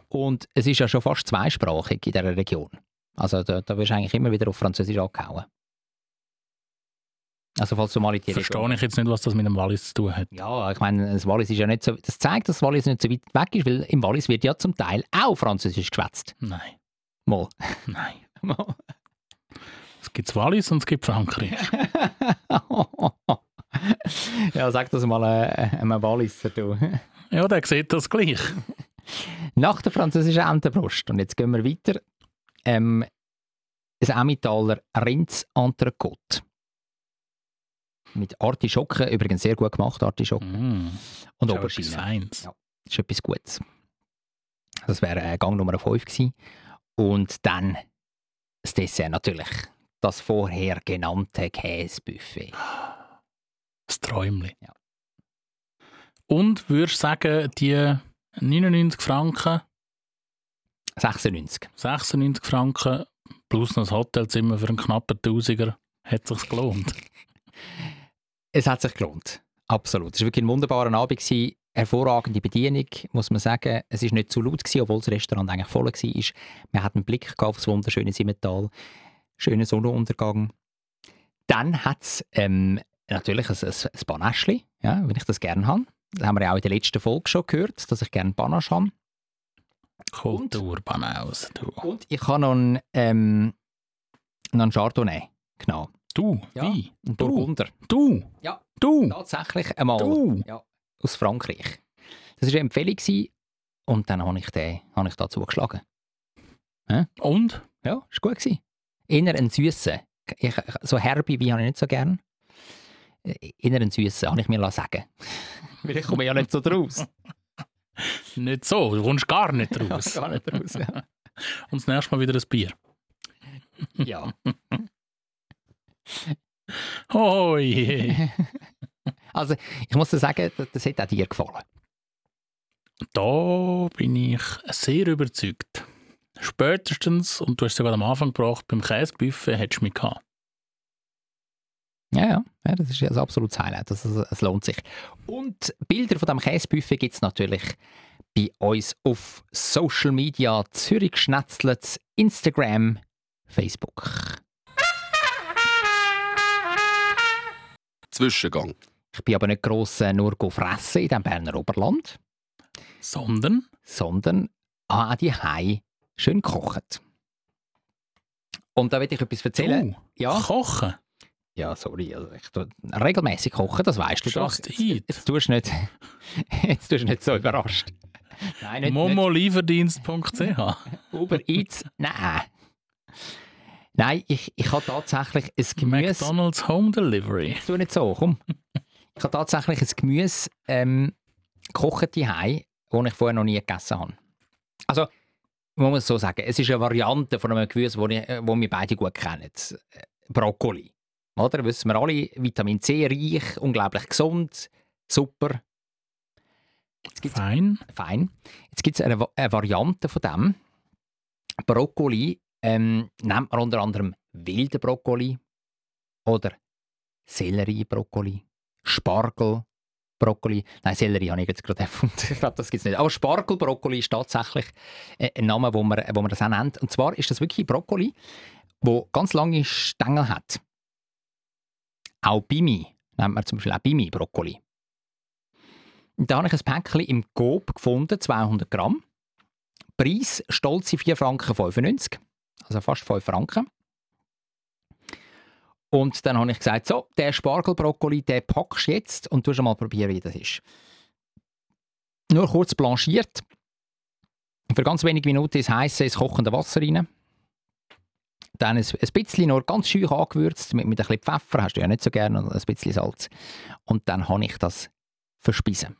B: Und es ist ja schon fast zweisprachig in dieser Region. Also da, da wirst du eigentlich immer wieder auf Französisch angehauen. Also falls du mal in die Region-
A: Verstehe ich jetzt nicht, was das mit dem Wallis zu tun hat.
B: Ja, ich meine, das Wallis ist ja nicht so... Das zeigt, dass das Wallis nicht so weit weg ist, weil im Wallis wird ja zum Teil auch Französisch geschwätzt.
A: Nein,
B: Mal.
A: nein.
B: Mal.
A: Es gibt Wallis und es gibt Frankreich.
B: ja, sag das mal äh, einem Walliser, du.
A: Ja, der sieht das gleich.
B: Nach der französischen Entenbrust, und jetzt gehen wir weiter, ähm, ein Emmentaler Rindsentricot. Mit Artischocken, übrigens sehr gut gemacht, Artischocken
A: Mm.
B: Mhm. und
A: Ist auch etwas
B: Oberschienen.
A: Feines.
B: Ja. Das ist etwas Gutes. Das wäre äh, Gang Nummer 5 gewesen. Und dann das Dessert natürlich. Das vorher genannte Käsebuffet.
A: Das Träumchen.
B: Ja.
A: Und würdest du sagen, die 99 Franken,
B: 96.
A: 96 Franken plus noch ein Hotelzimmer für einen knappen Tausiger, hat sich gelohnt.
B: Es hat sich gelohnt. Absolut. Es war wirklich ein wunderbarer Abend. Gewesen. Hervorragende Bedienung, muss man sagen. Es war nicht zu laut, gewesen, obwohl das Restaurant eigentlich voll war. Man hat einen Blick gehabt auf das wunderschöne Simmental. Schöner Sonnenuntergang. Dann hat es ähm, natürlich ein, ein, ein Banäschli, ja, wenn ich das gerne habe. Das haben wir ja auch in der letzten Folge schon gehört, dass ich gerne Panache habe.
A: Kulturbanause, du.
B: Und ich habe noch einen, ähm, noch einen Chardonnay. Genau.
A: Du,
B: Ja.
A: wie?
B: Einen
A: Du.
B: Burgunder.
A: Du!
B: Ja.
A: Du!
B: Tatsächlich einmal.
A: Du!
B: Ja, aus Frankreich. Das war eine Empfehlung gewesen. und dann habe ich, den, habe ich da zugeschlagen.
A: Und?
B: Ja, ist gut gewesen. Inner einen süßen. Ich, so herbe wie habe ich nicht so gern. Äh, Inner einen süßen, habe ich mir sagen. lassen. Weil ich komme ja nicht so draus.
A: Nicht so, du kommst gar nicht raus.
B: Gar nicht draus, ja.
A: Und das nächste Mal wieder ein Bier.
B: ja.
A: Oh je.
B: Also, ich muss dir sagen, das, das hat auch dir gefallen.
A: Da bin ich sehr überzeugt. Spätestens, und du hast es sogar am Anfang gebracht, beim Käsebuffet hättest du mich gehabt.
B: Ja, ja, ja das ist ja ein absolutes Highlight. Das, das, das lohnt sich. Und Bilder von dem Käsebuffet gibt es natürlich bei uns auf Social Media Zürich Schnetzlets, Instagram, Facebook.
H: Zwischengang.
B: Ich bin aber nicht gross äh, nur go fressen in dem Berner Oberland,
A: Sondern,
B: sondern habe auch die Hai schön gekocht. Und da will ich etwas erzählen.
A: du,
B: Ja,
A: kochen.
B: ja, sorry, also ich tu regelmäßig kochen, das weißt du doch.
A: Just eat.
B: Jetzt tust du nicht, jetzt tust du nicht so überrascht. Nein, nicht, nicht
A: Momolieferdienst.ch
B: Uber Eats. Nein. Nein, ich, ich habe tatsächlich ein Gemüse.
A: McDonald's Home Delivery.
B: Tu nicht so, komm. Ich habe tatsächlich ein Gemüse ähm, gekocht Hai, das ich vorher noch nie gegessen habe. Also, man muss so sagen, es ist eine Variante von einem Gemüse, das ich- äh, wo wir beide gut kennen. Äh, Brokkoli. Oder? Wissen wir alle, Vitamin C reich, unglaublich gesund, super. Jetzt gibt's
A: Fein.
B: fein. Jetzt gibt es eine, Va- eine Variante von dem. Brokkoli ähm, nennt man unter anderem wilden Brokkoli oder Sellerie-Brokkoli, Spargel-Brokkoli. Nein, Sellerie habe ich jetzt gerade erfunden. Ich glaube, das gibt es nicht. Aber Spargel-Brokkoli ist tatsächlich äh, ein Name, wo man, wo man das auch nennt. Und zwar ist das wirklich Brokkoli, wo ganz lange Stängel hat. Auch Bimi nennt man zum Beispiel auch Bimi-Brokkoli. Und Da habe ich ein Päckchen im Coop gefunden, 200 Gramm. Preis stolze 4,95 Franken, also fast 5 Franken. Und dann habe ich gesagt, so, der Spargelbrokkoli, den packst du jetzt und du mal probieren, wie das ist. Nur kurz blanchiert. Für ganz wenige Minuten ins heiße, ins kochende Wasser rein. Dann ein, ein bisschen nur ganz schön angewürzt, mit, mit ein bisschen Pfeffer, hast du ja nicht so gerne, und ein bisschen Salz. Und dann habe ich das verspeisen.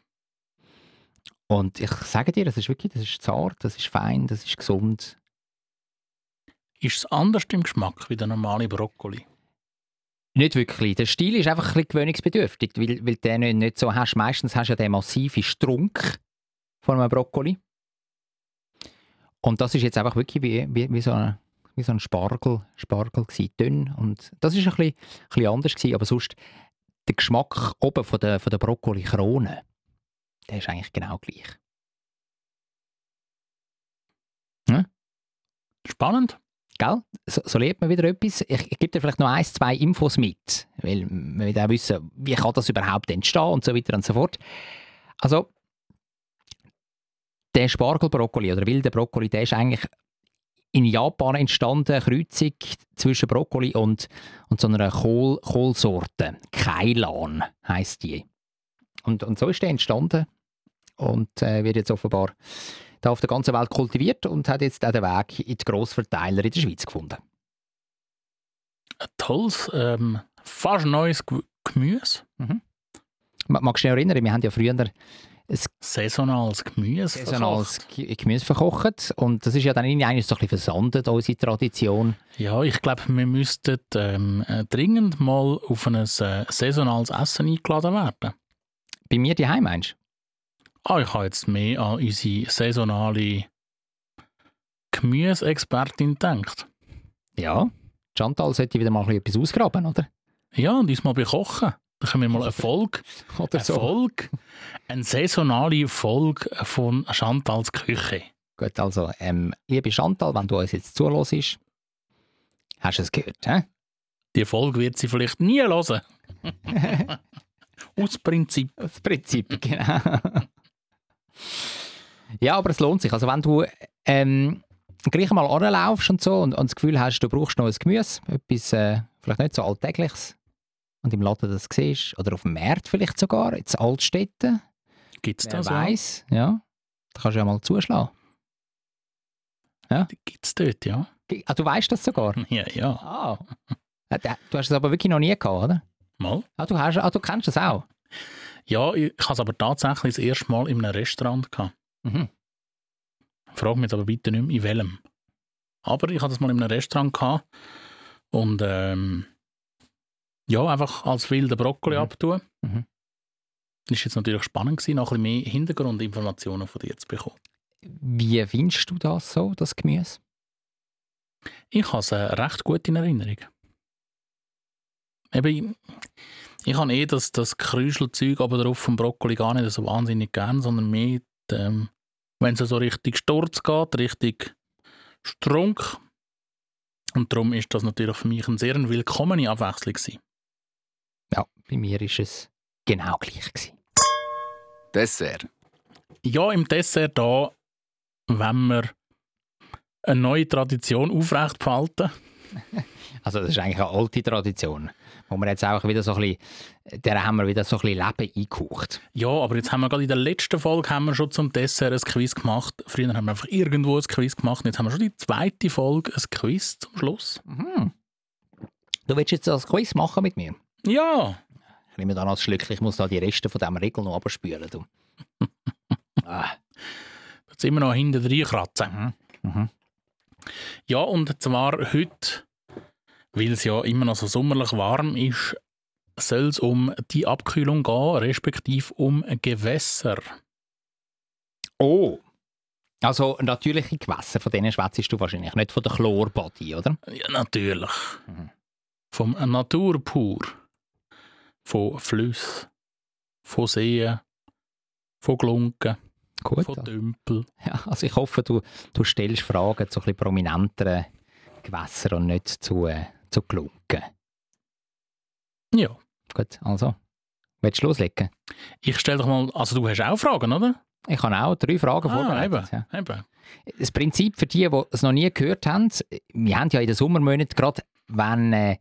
B: Und ich sage dir, das ist wirklich, das ist zart, das ist fein, das ist gesund.
A: Ist es anders im Geschmack wie der normale Brokkoli?
B: Nicht wirklich. Der Stil ist einfach ein bisschen gewöhnungsbedürftig, weil, weil du den nicht, nicht so hast. Meistens hast du ja den massiven Strunk von einem Brokkoli. Und das ist jetzt einfach wirklich wie, wie, wie so ein, wie so ein Spargel, Spargel gewesen, dünn. Und das ist ein bisschen, ein bisschen anders gewesen, aber sonst der Geschmack oben von der, von der Brokkoli-Krone, der ist eigentlich genau gleich.
A: Spannend.
B: Gell? So, so lernt man wieder etwas. Ich, ich gebe dir vielleicht noch ein, zwei Infos mit, weil wir will auch wissen, wie kann das überhaupt entstehen und so weiter und so fort. Also, der Spargelbrokkoli oder wilde Brokkoli, der ist eigentlich in Japan entstanden, eine Kreuzung zwischen Brokkoli und, und so einer Kohl, Kohlsorte. Kailan heisst die. Und, und so ist der entstanden und äh, wird jetzt offenbar da auf der ganzen Welt kultiviert und hat jetzt auch den Weg in die Grossverteiler in der Schweiz gefunden.
A: Ein tolles, ähm, fast neues Ge- Gemüse.
B: Ma- Magst du dich erinnern, wir haben ja früher
A: Saisonales Gemüse. verkauft.
B: saisonales Ge- Gemüse verkocht und das ist ja dann irgendwie eigentlich so ein bisschen versandet, unsere Tradition.
A: Ja, ich glaube, wir müssten ähm, äh, dringend mal auf ein äh, saisonales Essen eingeladen werden.
B: Bei mir die meinst
A: Ah, ich habe jetzt mehr an unsere saisonale Gemüseexpertin gedacht.
B: du? Ja. Chantal sollte wieder mal ein bisschen etwas ausgraben, oder?
A: Ja, und uns mal bekochen. Da können wir mal eine Folge,
B: Oder
A: eine, Folge, eine saisonale Folge von Chantals Küche.
B: Gut, also, ähm, liebe Chantal, wenn du uns jetzt zuhörst, hast du es gehört, hä?
A: Die Folge wird sie vielleicht nie hören. Aus Prinzip.
B: Das Prinzip, genau. ja, aber es lohnt sich. Also wenn du ähm, gleich mal anlaufst und so und, und das Gefühl hast, du brauchst noch ein Gemüse, etwas äh, vielleicht nicht so alltägliches, und im Laden das siehst, oder auf dem Markt vielleicht sogar, in Altstädten,
A: Gibt es
B: wer
A: das?
B: weiss, ja, da kannst du ja mal zuschlagen.
A: Gibt es dort, ja.
B: Ge- Ah, du weißt das sogar?
A: Ja, ja.
B: Ah. Äh, da- Du hast es aber wirklich noch nie gehabt, oder?
A: Mal.
B: Ah, du, hast, ah, du kennst das auch?
A: Ja, ich habe es aber tatsächlich das erste Mal in einem Restaurant gehabt.
B: Mhm.
A: Frag mich jetzt aber bitte nicht mehr, in welchem. Aber ich hatte das mal in einem Restaurant gehabt und ähm, ja, einfach als wilden Brokkoli
B: Mhm.
A: abtun.
B: Mhm.
A: Ist jetzt natürlich spannend gewesen, noch ein bisschen mehr Hintergrundinformationen von dir zu bekommen.
B: Wie findest du das so, das Gemüse?
A: Ich habe es äh, recht gut in Erinnerung. Eben, ich- ich habe eh das, das Krüschelzeug aber drauf vom Brokkoli gar nicht so wahnsinnig gern, sondern mehr, die, ähm, wenn es so richtig Sturz geht, richtig Strunk. Und darum ist das natürlich für mich eine sehr willkommene Abwechslung. Gewesen.
B: Ja, bei mir ist es genau gleich gewesen.
H: Dessert.
A: Ja, im Dessert da, wenn wir eine neue Tradition aufrecht behalten,
B: Also das ist eigentlich eine alte Tradition, wo wir jetzt auch wieder so ein bisschen, der haben wir wieder so ein bisschen Leben eingehaucht.
A: Ja, aber jetzt haben wir gerade in der letzten Folge haben wir schon zum Dessert ein Quiz gemacht. Früher haben wir einfach irgendwo ein Quiz gemacht. und Jetzt haben wir schon die zweite Folge ein Quiz zum Schluss.
B: Du willst jetzt das Quiz machen mit mir?
A: Ja,
B: Ich nehme dann als Schlückchen, ich muss da die Reste von diesem Riegel noch abspülen. Du. ah,
A: jetzt immer noch hinten drin kratzen.
B: mhm. Mhm.
A: Ja, und zwar heute, weil es ja immer noch so sommerlich warm ist, soll es um die Abkühlung gehen, respektive um Gewässer.
B: Oh! Also natürliche Gewässer, von denen schwätzest du wahrscheinlich, nicht von der Chlorbody, oder?
A: Ja, natürlich.
B: Mhm.
A: Vom Natur pur. Von Flüssen, von Seen, von Glunken,
B: Gut.
A: von Dümpel.
B: Ja, also ich hoffe, du, du stellst Fragen zu ein bisschen prominenteren Gewässern und nicht zu, äh, zu Glunken.
A: Ja.
B: Gut, also, willst du loslegen?
A: Ich stelle doch mal, also du hast auch Fragen, oder?
B: Ich habe auch drei Fragen
A: Ah, eben,
B: vorbereitet. Ah, Ja.
A: eben.
B: Das Prinzip für die, die es noch nie gehört haben, wir haben ja in den Sommermonaten, gerade wenn äh,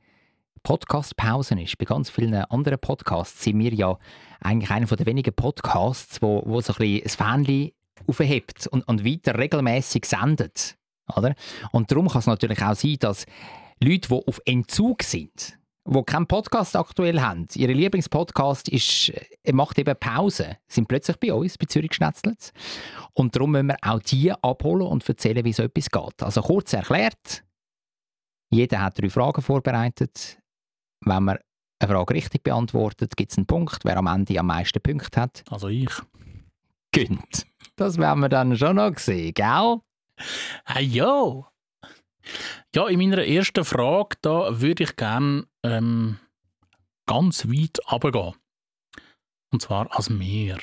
B: Podcast-Pausen ist, bei ganz vielen anderen Podcasts sind wir ja eigentlich einer der wenigen Podcasts, wo, wo so ein bisschen das Fähnchen aufhebt und, und weiter regelmäßig sendet. Oder? Und darum kann es natürlich auch sein, dass Leute, die auf Entzug sind, die keinen Podcast aktuell haben, ihr Lieblingspodcast ist, äh, macht eben Pause, sind plötzlich bei uns, bei Zürich Schnetzlitz. Und darum müssen wir auch die abholen und erzählen, wie so etwas geht. Also kurz erklärt, jeder hat drei Fragen vorbereitet. Wenn man eine Frage richtig beantwortet, gibt es einen Punkt. Wer am Ende am meisten Punkte hat,
A: Also ich.
B: gönnt. Das werden wir dann schon noch sehen, gell?
A: Hey, yo! Ah, Ja, in meiner ersten Frage, da würde ich gerne ähm, ganz weit runtergehen. Und zwar ans Meer.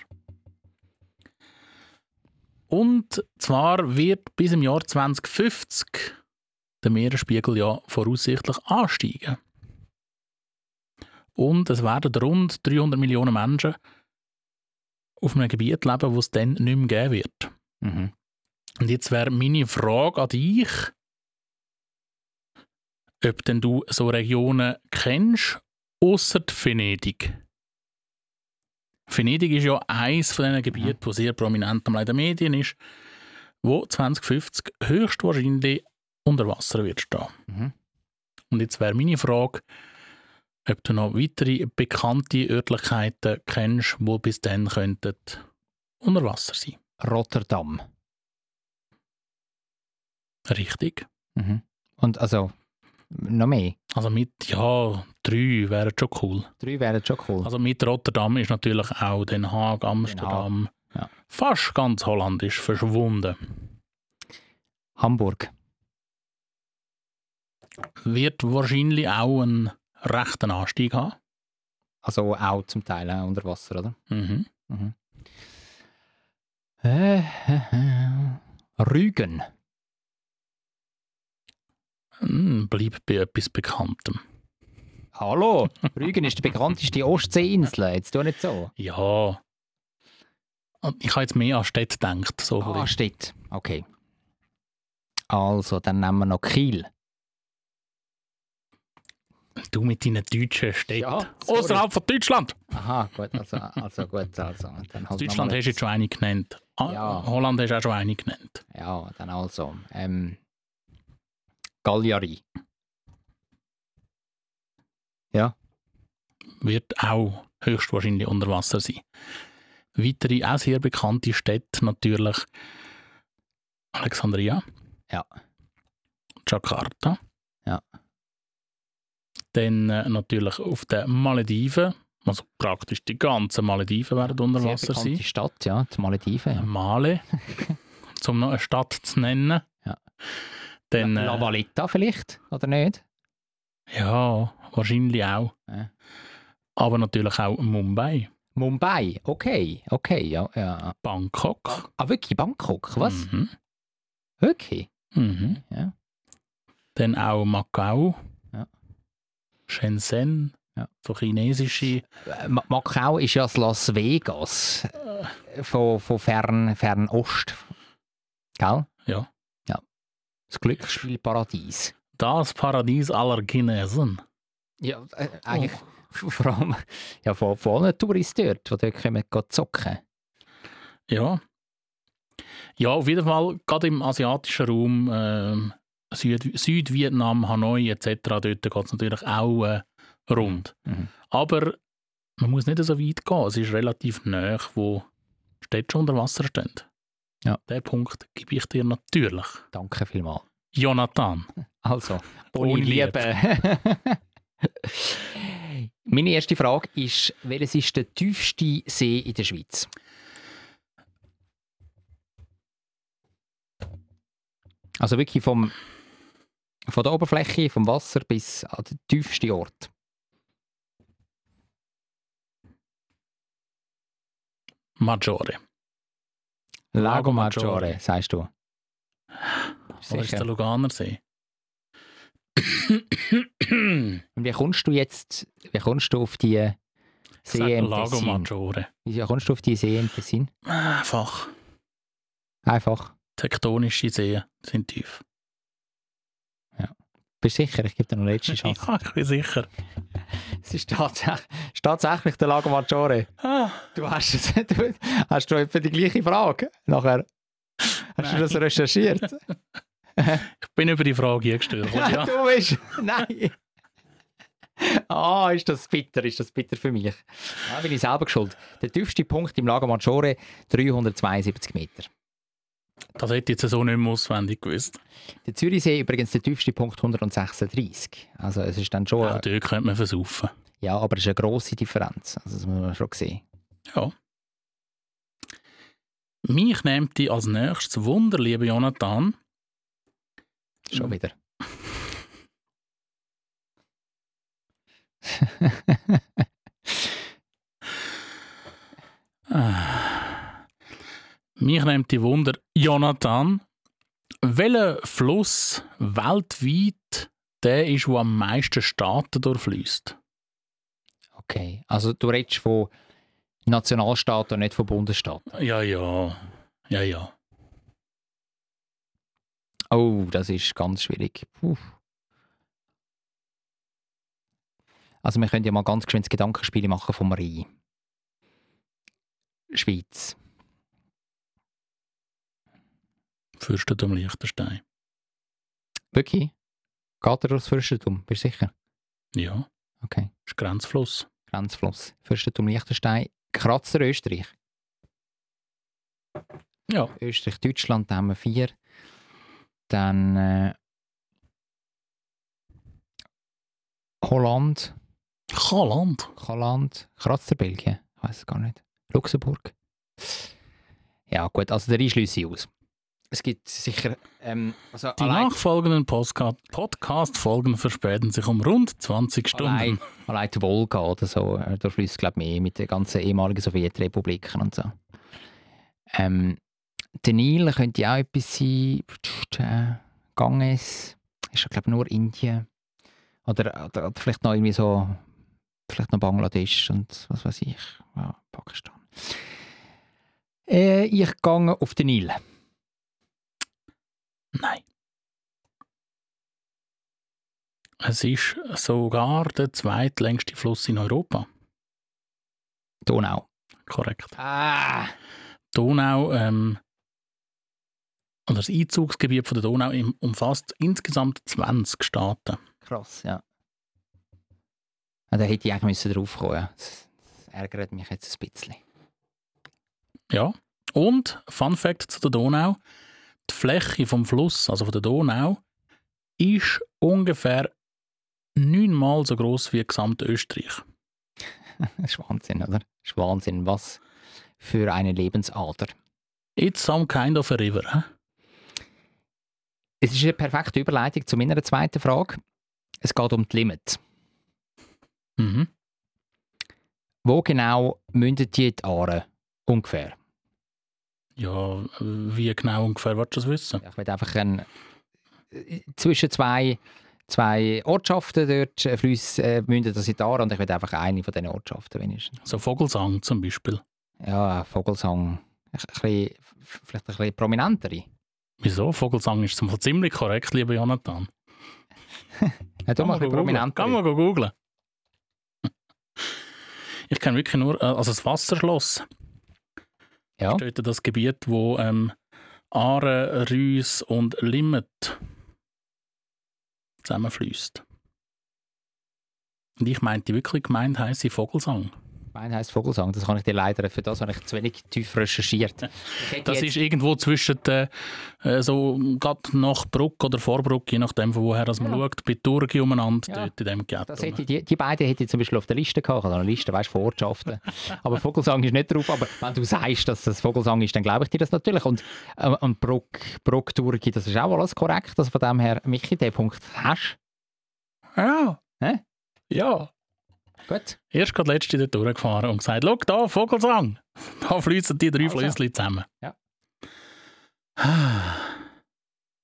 A: Und zwar wird bis im Jahr 2050 der Meeresspiegel ja voraussichtlich ansteigen. Und es werden rund 300 Millionen Menschen auf einem Gebiet leben, wo es dann nicht mehr geben wird.
B: Mhm.
A: Und jetzt wäre meine Frage an dich, ob denn du so Regionen kennst, außer Venedig. Venedig ist ja eins von diesen Gebieten, wo sehr prominent am in den Medien ist, wo 2050 höchstwahrscheinlich unter Wasser wird stehen.
B: Mhm.
A: Und jetzt wäre meine Frage, ob du noch weitere bekannte Örtlichkeiten kennst, wo bis dann könnten unter Wasser sein.
B: Rotterdam.
A: Richtig.
B: Mhm. Und also, noch mehr.
A: Also mit, ja, drei wären schon cool.
B: Drei wären schon cool.
A: Also mit Rotterdam ist natürlich auch Den Haag, Amsterdam,
B: Ja.
A: fast ganz Holland ist verschwunden.
B: Hamburg.
A: Wird wahrscheinlich auch einen rechten Anstieg haben.
B: Also auch zum Teil auch unter Wasser, oder?
A: Mhm.
B: Äh, äh, äh. Rügen.
A: Hm, Bleibt bei etwas Bekanntem.
B: Hallo, Rügen ist die bekannteste Ostseeinsel. Jetzt tu nicht so.
A: Ja. Und Ich habe jetzt mehr an Städte gedacht. So ein
B: Ah,
A: bisschen.
B: steht. Okay. Also, dann nehmen wir noch Kiel.
A: du mit deinen deutschen Städten.
B: Ja, sorry.
A: Außerhalb von Deutschland.
B: Aha, gut, also, also gut, also. Dann halt
A: Deutschland hast du jetzt schon eine genannt. Ah,
B: Ja.
A: Holland hast du auch schon eine genannt.
B: Ja, dann also. Ähm, Galliari.
A: Wird auch höchstwahrscheinlich unter Wasser sein. Weitere auch sehr bekannte Städte natürlich Alexandria.
B: Ja.
A: Jakarta.
B: Ja.
A: Dann äh, natürlich auf den Malediven. Also praktisch die ganzen Malediven werden unter
B: Sehr
A: Wasser sein.
B: bekannte Stadt, ja, die Malediven. Ja.
A: Male, um noch eine Stadt zu nennen.
B: Ja.
A: Dann,
B: La
A: äh,
B: Valletta vielleicht, oder nicht?
A: ja, wahrscheinlich auch.
B: Ja.
A: Aber natürlich auch Mumbai,
B: Mumbai, okay, okay, ja. ja.
A: Bangkok.
B: Ah, wirklich, Bangkok, was?
A: Mhm.
B: Wirklich?
A: Mhm.
B: Ja.
A: Dann auch Macau,
B: Ja.
A: Shenzhen,
B: Ja.
A: so chinesische.
B: Äh, Ma- Macau ist ja das Las Vegas äh, von, von Fern, Fernost. Gell?
A: Ja.
B: ja. Das Glücksspielparadies.
A: Das Paradies aller Chinesen.
B: Ja, äh, eigentlich v- vor allem ja, von, von allen Touristen dort, die dort kommen, gehen zocken.
A: Ja. Ja, auf jeden Fall, gerade im asiatischen Raum, ähm, Süd Südvietnam, Hanoi etc., dort geht es natürlich auch äh, rund.
B: Mhm.
A: Aber man muss nicht so weit gehen. Es ist relativ nah, wo Städte schon unter Wasser stehen.
B: Ja.
A: Den Punkt gebe ich dir natürlich.
B: Danke vielmals.
A: Jonathan.
B: Also,
A: Ohne
B: ohne
A: Liebe.
B: Liebe. Meine erste Frage ist, welches ist der tiefste See in der Schweiz? Also wirklich vom, von der Oberfläche, vom Wasser bis an den tiefsten Ort.
A: Maggiore. Lago
B: Lago
A: Maggiore.
B: Maggiore, sagst du.
A: Oder ist es der
B: Sicher.
A: Luganersee?
B: Und wie kommst du jetzt wie kommst du auf die
A: Ich sag
B: See im
A: Lago
B: Tessin?
A: Maggiore. Ah,
B: Wie kommst du auf die See im Tessin?
A: Einfach.
B: Einfach.
A: Tektonische Seen sind tief.
B: Bist du sicher? Ich gebe dir noch eine letzte Chance.
A: Ja, ich bin Ah, sicher.
B: Es ist tatsächlich, ist tatsächlich der Lago Maggiore.
A: Ah,
B: Du hast es. Du, hast du etwa die gleiche Frage nachher? Hast du das recherchiert?
A: ich bin über die Frage gestört. Ja.
B: Du bist. Nein! Ah, ist das bitter, ist das bitter für mich. Da bin ich selber schuld. Der tiefste Punkt im Lago Maggiore, 372 Meter.
A: Das hätte ich jetzt so nicht mehr auswendig gewusst.
B: Der Zürichsee übrigens der tiefste Punkt, 136. Also es ist dann schon...
A: Auch dort könnte man versaufen.
B: Ja, aber es ist eine grosse Differenz. Also das muss man schon sehen.
A: Ja. Mich nehmt die als nächstes Wunder, lieber Jonathan.
B: Schon wieder.
A: Mich nehmt die Wunder, Jonathan. Welcher Fluss weltweit der ist, der am meisten Staaten durchfließt?
B: Okay, also du redest von Nationalstaat und nicht von Bundesstaat.
A: Ja, ja. Ja, ja.
B: Oh, das ist ganz schwierig. Puh. Also wir können ja mal ganz geschwind das Gedankenspiel machen vom Rhein. Schweiz.
A: Fürstentum Liechtenstein.
B: Wirklich? Geht er durchs Fürstentum? Bist du sicher?
A: Ja,
B: Okay.
A: ist Grenzfluss.
B: Grenzfluss. Fürstentum Liechtenstein. Kratzer Österreich.
A: Ja.
B: Österreich, Deutschland, da haben wir vier. Dann äh, Holland,
A: Holland.
B: Holland, Kratzer, Belgien, ich weiß es gar nicht. Luxemburg. Ja, gut, also der schließe ich aus. Es gibt sicher. Ähm, also
A: Die
B: allein,
A: nachfolgenden Postka- Podcast-Folgen verspäten sich um rund 20 Stunden.
B: allein, allein die Wolga oder so, äh, da fließt, glaube ich, mehr mit den ganzen ehemaligen Sowjetrepubliken und so. Ähm, der Nil könnte ja auch etwas sein. Pst, Äh, Ganges ist ja, glaube ich, nur Indien. Oder, oder, oder vielleicht noch irgendwie so, vielleicht noch Bangladesch und was weiß ich, ja, Pakistan. Äh, ich gehe auf den Nil.
A: Nein. Es ist sogar der zweitlängste Fluss in Europa.
B: Donau.
A: Korrekt.
B: Ah!
A: Donau, ähm, oder das Einzugsgebiet von der Donau im- umfasst insgesamt 20 Staaten.
B: Krass, ja. Ah, da hätte ich eigentlich müssen draufkommen ja. das, das ärgert mich jetzt ein bisschen.
A: Ja. Und, Fun Fact zu der Donau, die Fläche vom Fluss, also von der Donau, ist ungefähr neunmal so groß wie gesamt Österreich.
B: Das ist Wahnsinn, oder? Das ist Wahnsinn, was für eine Lebensader.
A: It's some kind of a river. hä?
B: Es ist eine perfekte Überleitung zu meiner zweiten Frage. Es geht um die Limit.
A: Mhm.
B: Wo genau mündet die die Aare? Ungefähr.
A: Ja, wie genau ungefähr willst du das wissen?
B: Ja, Ich will einfach ein, zwischen zwei, zwei Ortschaften dort äh, fließt, äh, mündet das in die Aare und ich will einfach eine von diesen Ortschaften wenigstens.
A: So Vogelsang zum Beispiel.
B: Ja, Vogelsang. Ein bisschen, vielleicht ein bisschen prominentere.
A: Wieso? Vogelsang ist zum Beispiel ziemlich korrekt, lieber Jonathan.
B: Ja, du machst
A: go googlen. Kann man
B: prominentere.
A: go googlen. Ich kenne wirklich nur, äh, also das Wasserschloss
B: Ja,
A: steht ja das Gebiet, wo ähm, Aare, Rüs und Limmet zusammenfließt. Und ich meinte wirklich, gemeint heisse Vogelsang.
B: mein heisst Vogelsang. Das kann ich dir leider, für das habe ich zu wenig tief recherchiert. Ich hätte
A: Das
B: jetzt-
A: ist irgendwo zwischen der, äh, so gerade nach Bruck oder Vorbruck, je nachdem von woher das man schaut, bei Turgi umeinander,
B: Ja.
A: dort in dem Ghetto.
B: Das hätte ich, die, die beiden hätte ich zum Beispiel auf der Liste gehabt. Also eine Liste, weißt du, von Ortschaften. Aber Vogelsang ist nicht drauf. Aber wenn du sagst, dass das Vogelsang ist, dann glaube ich dir das natürlich. Und, äh, und Bruck, Bruck Turgi, das ist auch alles korrekt. Also von dem her, Michi, den Punkt hast
A: Ja.
B: Hä?
A: Ja.
B: du. Gut.
A: Erst gerade letzte dort durchgefahren und gesagt, schau da, Vogelsang. Da fließen die drei
B: Also.
A: Flüssli zusammen.
B: Ja.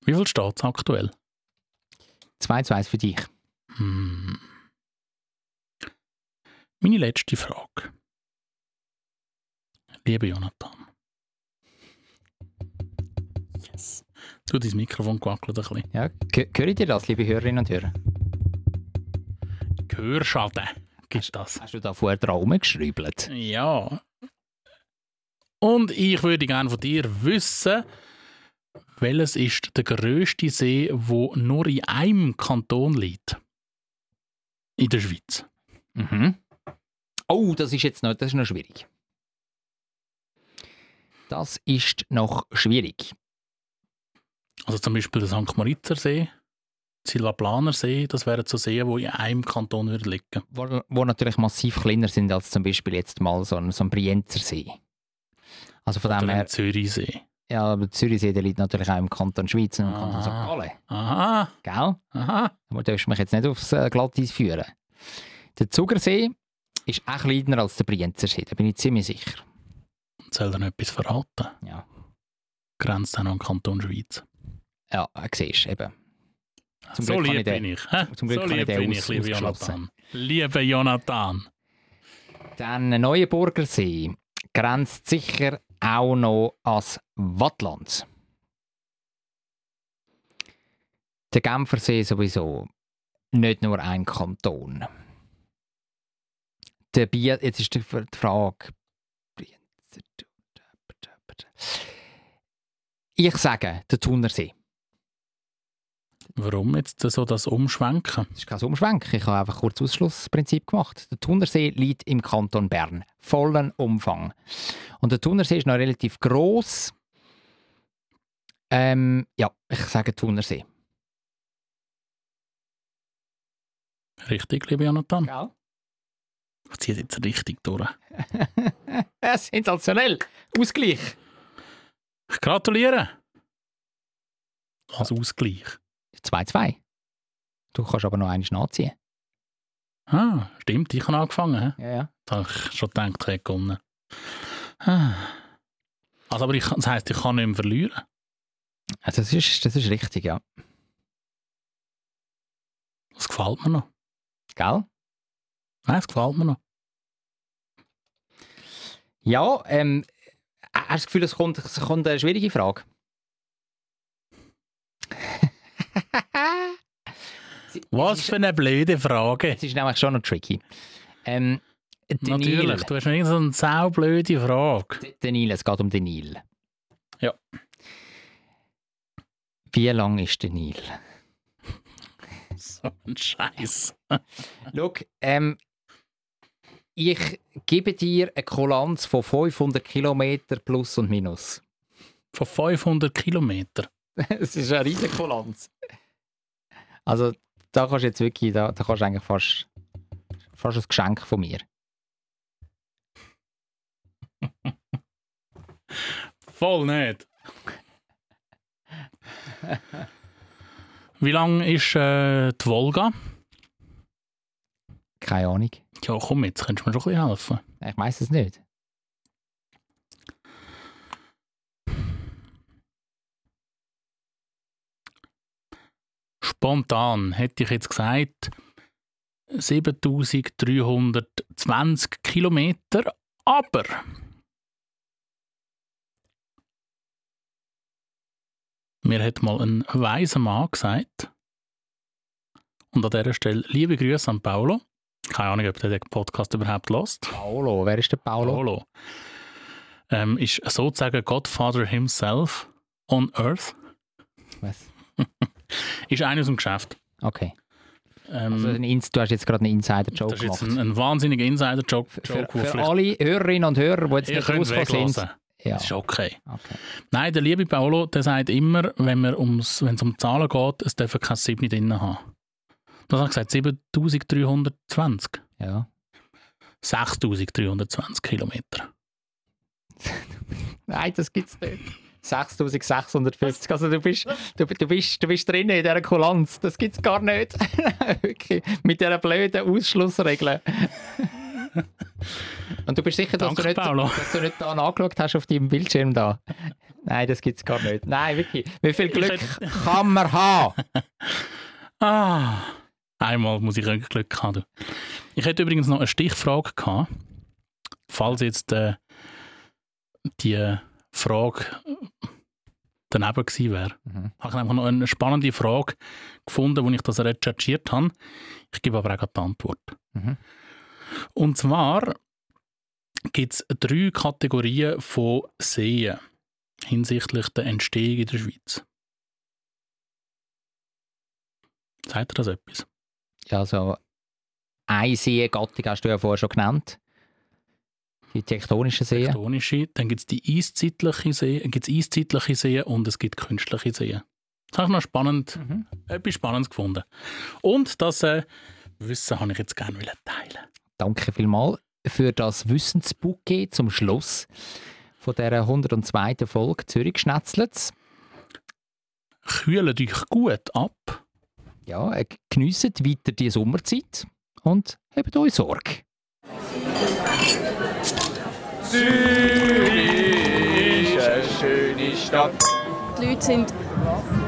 A: Wie viel steht es aktuell?
B: 2 zu 1 für dich.
A: Hm. Meine letzte Frage. Lieber Jonathan. Du, dein Mikrofon gewackelt ein bisschen.
B: Ja, geh- hören dir das, liebe Hörerinnen und Hörer?
A: Gehörschaden gibt das.
B: Hast du da vorher dran rumgeschrübelt?
A: Ja. Und ich würde gerne von dir wissen, welches ist der grösste See, wo nur in einem Kanton liegt? In der Schweiz.
B: Mhm. Oh, das ist jetzt noch, das ist noch schwierig. Das ist noch schwierig.
A: Also zum Beispiel der St. Moritzer See, Silvaplaner See, das wären so Seen, die in einem Kanton würden liegen.
B: wo, wo natürlich massiv kleiner sind als zum Beispiel jetzt mal so ein, so ein Brienzer See. Also von dem
A: Oder im
B: her,
A: Zürichsee.
B: ja, aber der Zürichsee der liegt natürlich auch im Kanton Schweiz und im Kanton St.
A: Ah.
B: Gallen.
A: Aha,
B: Gell?
A: aha.
B: Da darfst du mich jetzt nicht aufs äh, Glatteis führen. Der Zugersee ist auch kleiner als der Brienzer See, da bin ich ziemlich sicher.
A: Soll er noch etwas verraten?
B: Ja,
A: Grenzt dann an den Kanton Schweiz.
B: ja äh, siehst du eben. Zum
A: so
B: Glück kann
A: lieb
B: ich den-
A: bin ich. hä?
B: zum Glück
A: so
B: kann ich
A: lieb
B: den
A: bin
B: aus-
A: ich, lieber
B: ausgeschlossen.
A: Jonathan. Lieber Jonathan.
B: Dann der Neuenburger See grenzt sicher auch noch ans Wattland. Der Genfer See sowieso. Nicht nur ein Kanton. Der Bier, jetzt ist die Frage. Ich sage, der Thunersee.
A: Warum jetzt so das Umschwenken?
B: Das ist kein Umschwenk. Ich habe einfach kurz Ausschlussprinzip gemacht. Der Thunersee liegt im Kanton Bern. Vollen Umfang. Und der Thunersee ist noch relativ gross. Ähm, ja, ich sage Thunersee.
A: Richtig, liebe Jonathan.
B: Gell?
A: Ich ziehe jetzt richtig durch.
B: Äh, sensationell. Ausgleich.
A: Ich gratuliere! Als Ausgleich.
B: 2-2. Du kannst aber noch einen nachziehen.
A: Ah, stimmt, ich habe angefangen. hä?
B: Ja, ja.
A: Da habe ich schon gedacht, ich hätte gewonnen. Ah. Also, aber ich, das heisst, ich kann nicht mehr verlieren.
B: Also das, ist, das ist richtig, ja.
A: Das gefällt mir noch.
B: Gell?
A: Nein, das gefällt mir noch.
B: Ja, ähm, hast du das Gefühl, es kommt, es kommt eine schwierige Frage?
A: Was für eine blöde Frage.
B: Es ist nämlich schon noch tricky. Ähm, der
A: Natürlich,
B: Nil.
A: du hast noch irgendeine saublöde Frage.
B: D- Der Nil, es geht um den Nil.
A: Ja.
B: Wie lang ist der Nil?
A: So ein Scheiß.
B: Schau, ähm, ich gebe dir eine Kulanz von 500 Kilometer plus und minus.
A: Von 500 Kilometern.
B: Es ist eine riesige Kulanz. Also, da kannst du jetzt wirklich, da, da kannst du eigentlich fast, fast ein Geschenk von mir.
A: voll nicht. Wie lang ist äh, die Volga?
B: Keine Ahnung. Äh,
A: Ja, komm jetzt, könntest du mir schon ein bisschen helfen.
B: Ich weiß es nicht.
A: Spontan hätte ich jetzt gesagt 7320 Kilometer, aber mir hat mal ein weiser Mann gesagt, und an dieser Stelle liebe Grüße an Paolo. Keine Ahnung, ob der den Podcast überhaupt lost.
B: Paolo, wer ist der Paolo?
A: Paolo ähm, ist sozusagen Godfather himself on Earth.
B: Was?
A: Ist einer aus dem Geschäft.
B: Okay.
A: Ähm,
B: Also ein Ins- du hast jetzt gerade einen Insider-Joke
A: das ist jetzt
B: gemacht.
A: ein, ein wahnsinniger Insider-Joke.
B: für,
A: Joke, wo
B: für
A: vielleicht-
B: alle Hörerinnen und Hörer, die jetzt
A: Ihr
B: nicht
A: könnt
B: rausgekommen
A: weglassen.
B: sind. Ja,
A: Das ist okay.
B: okay.
A: Nein, der liebe Paolo, der sagt immer, wenn wir ums- wenn es um Zahlen geht, es dürfen keine 7 nicht drin haben. Das hat er gesagt, 7320.
B: Ja.
A: 6320 Kilometer.
B: Nein, das gibt's nicht. 6650. Also du bist, du, du bist, du bist drin in dieser Kulanz. Das gibt's gar nicht. Wirklich. Mit dieser blöden Ausschlussregel. Und du bist sicher, dass,
A: Danke,
B: du nicht,
A: Paolo.
B: dass du nicht da angeschaut hast auf deinem Bildschirm da. Nein, das gibt's gar nicht. Nein, wirklich. Wie viel Glück kann man haben?
A: Ah, einmal muss ich ein Glück haben. du. Ich hätte übrigens noch eine Stichfrage gehabt. Falls jetzt äh, die Frage daneben gewesen wäre.
B: Mhm.
A: Habe ich einfach noch eine spannende Frage gefunden, wo ich das recherchiert habe. Ich gebe aber auch gerade die Antwort.
B: Mhm.
A: Und zwar gibt es drei Kategorien von Seen hinsichtlich der Entstehung in der Schweiz. Sagt ihr das etwas?
B: Ja, so eine Seengattung hast du ja vorher schon genannt. Die tektonischen Seen.
A: tektonische, dann gibt es die eiszeitliche See, gibt's eiszeitliche Seen und es gibt künstliche Seen. Das habe ich noch spannend,
B: Mhm.
A: etwas Spannendes gefunden. Und das äh, Wissen habe ich jetzt gerne wollen teilen.
B: Danke vielmals für das Wissensbouquet zum Schluss von dieser 102. Folge Zürich Schnetzlitz.
A: Kühlt euch gut ab.
B: Ja, äh, geniessen weiter die Sommerzeit und habt euch Sorge.
C: Zürich, eine schöne Stadt.
D: Die Leute sind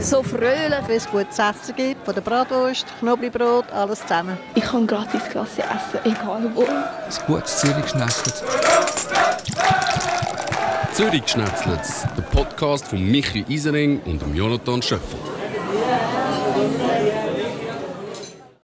D: so fröhlich.
E: Wenn es gut zu essen gibt, von der Bratwurst, Knoblauchbrot, alles zusammen.
F: Ich kann gratis Klasse essen, egal wo.
G: Ein gutes Zürich schnetzelt.
H: Zürich Schnetzlitz, der Podcast von Michi Isering und dem Jonathan Schöffel.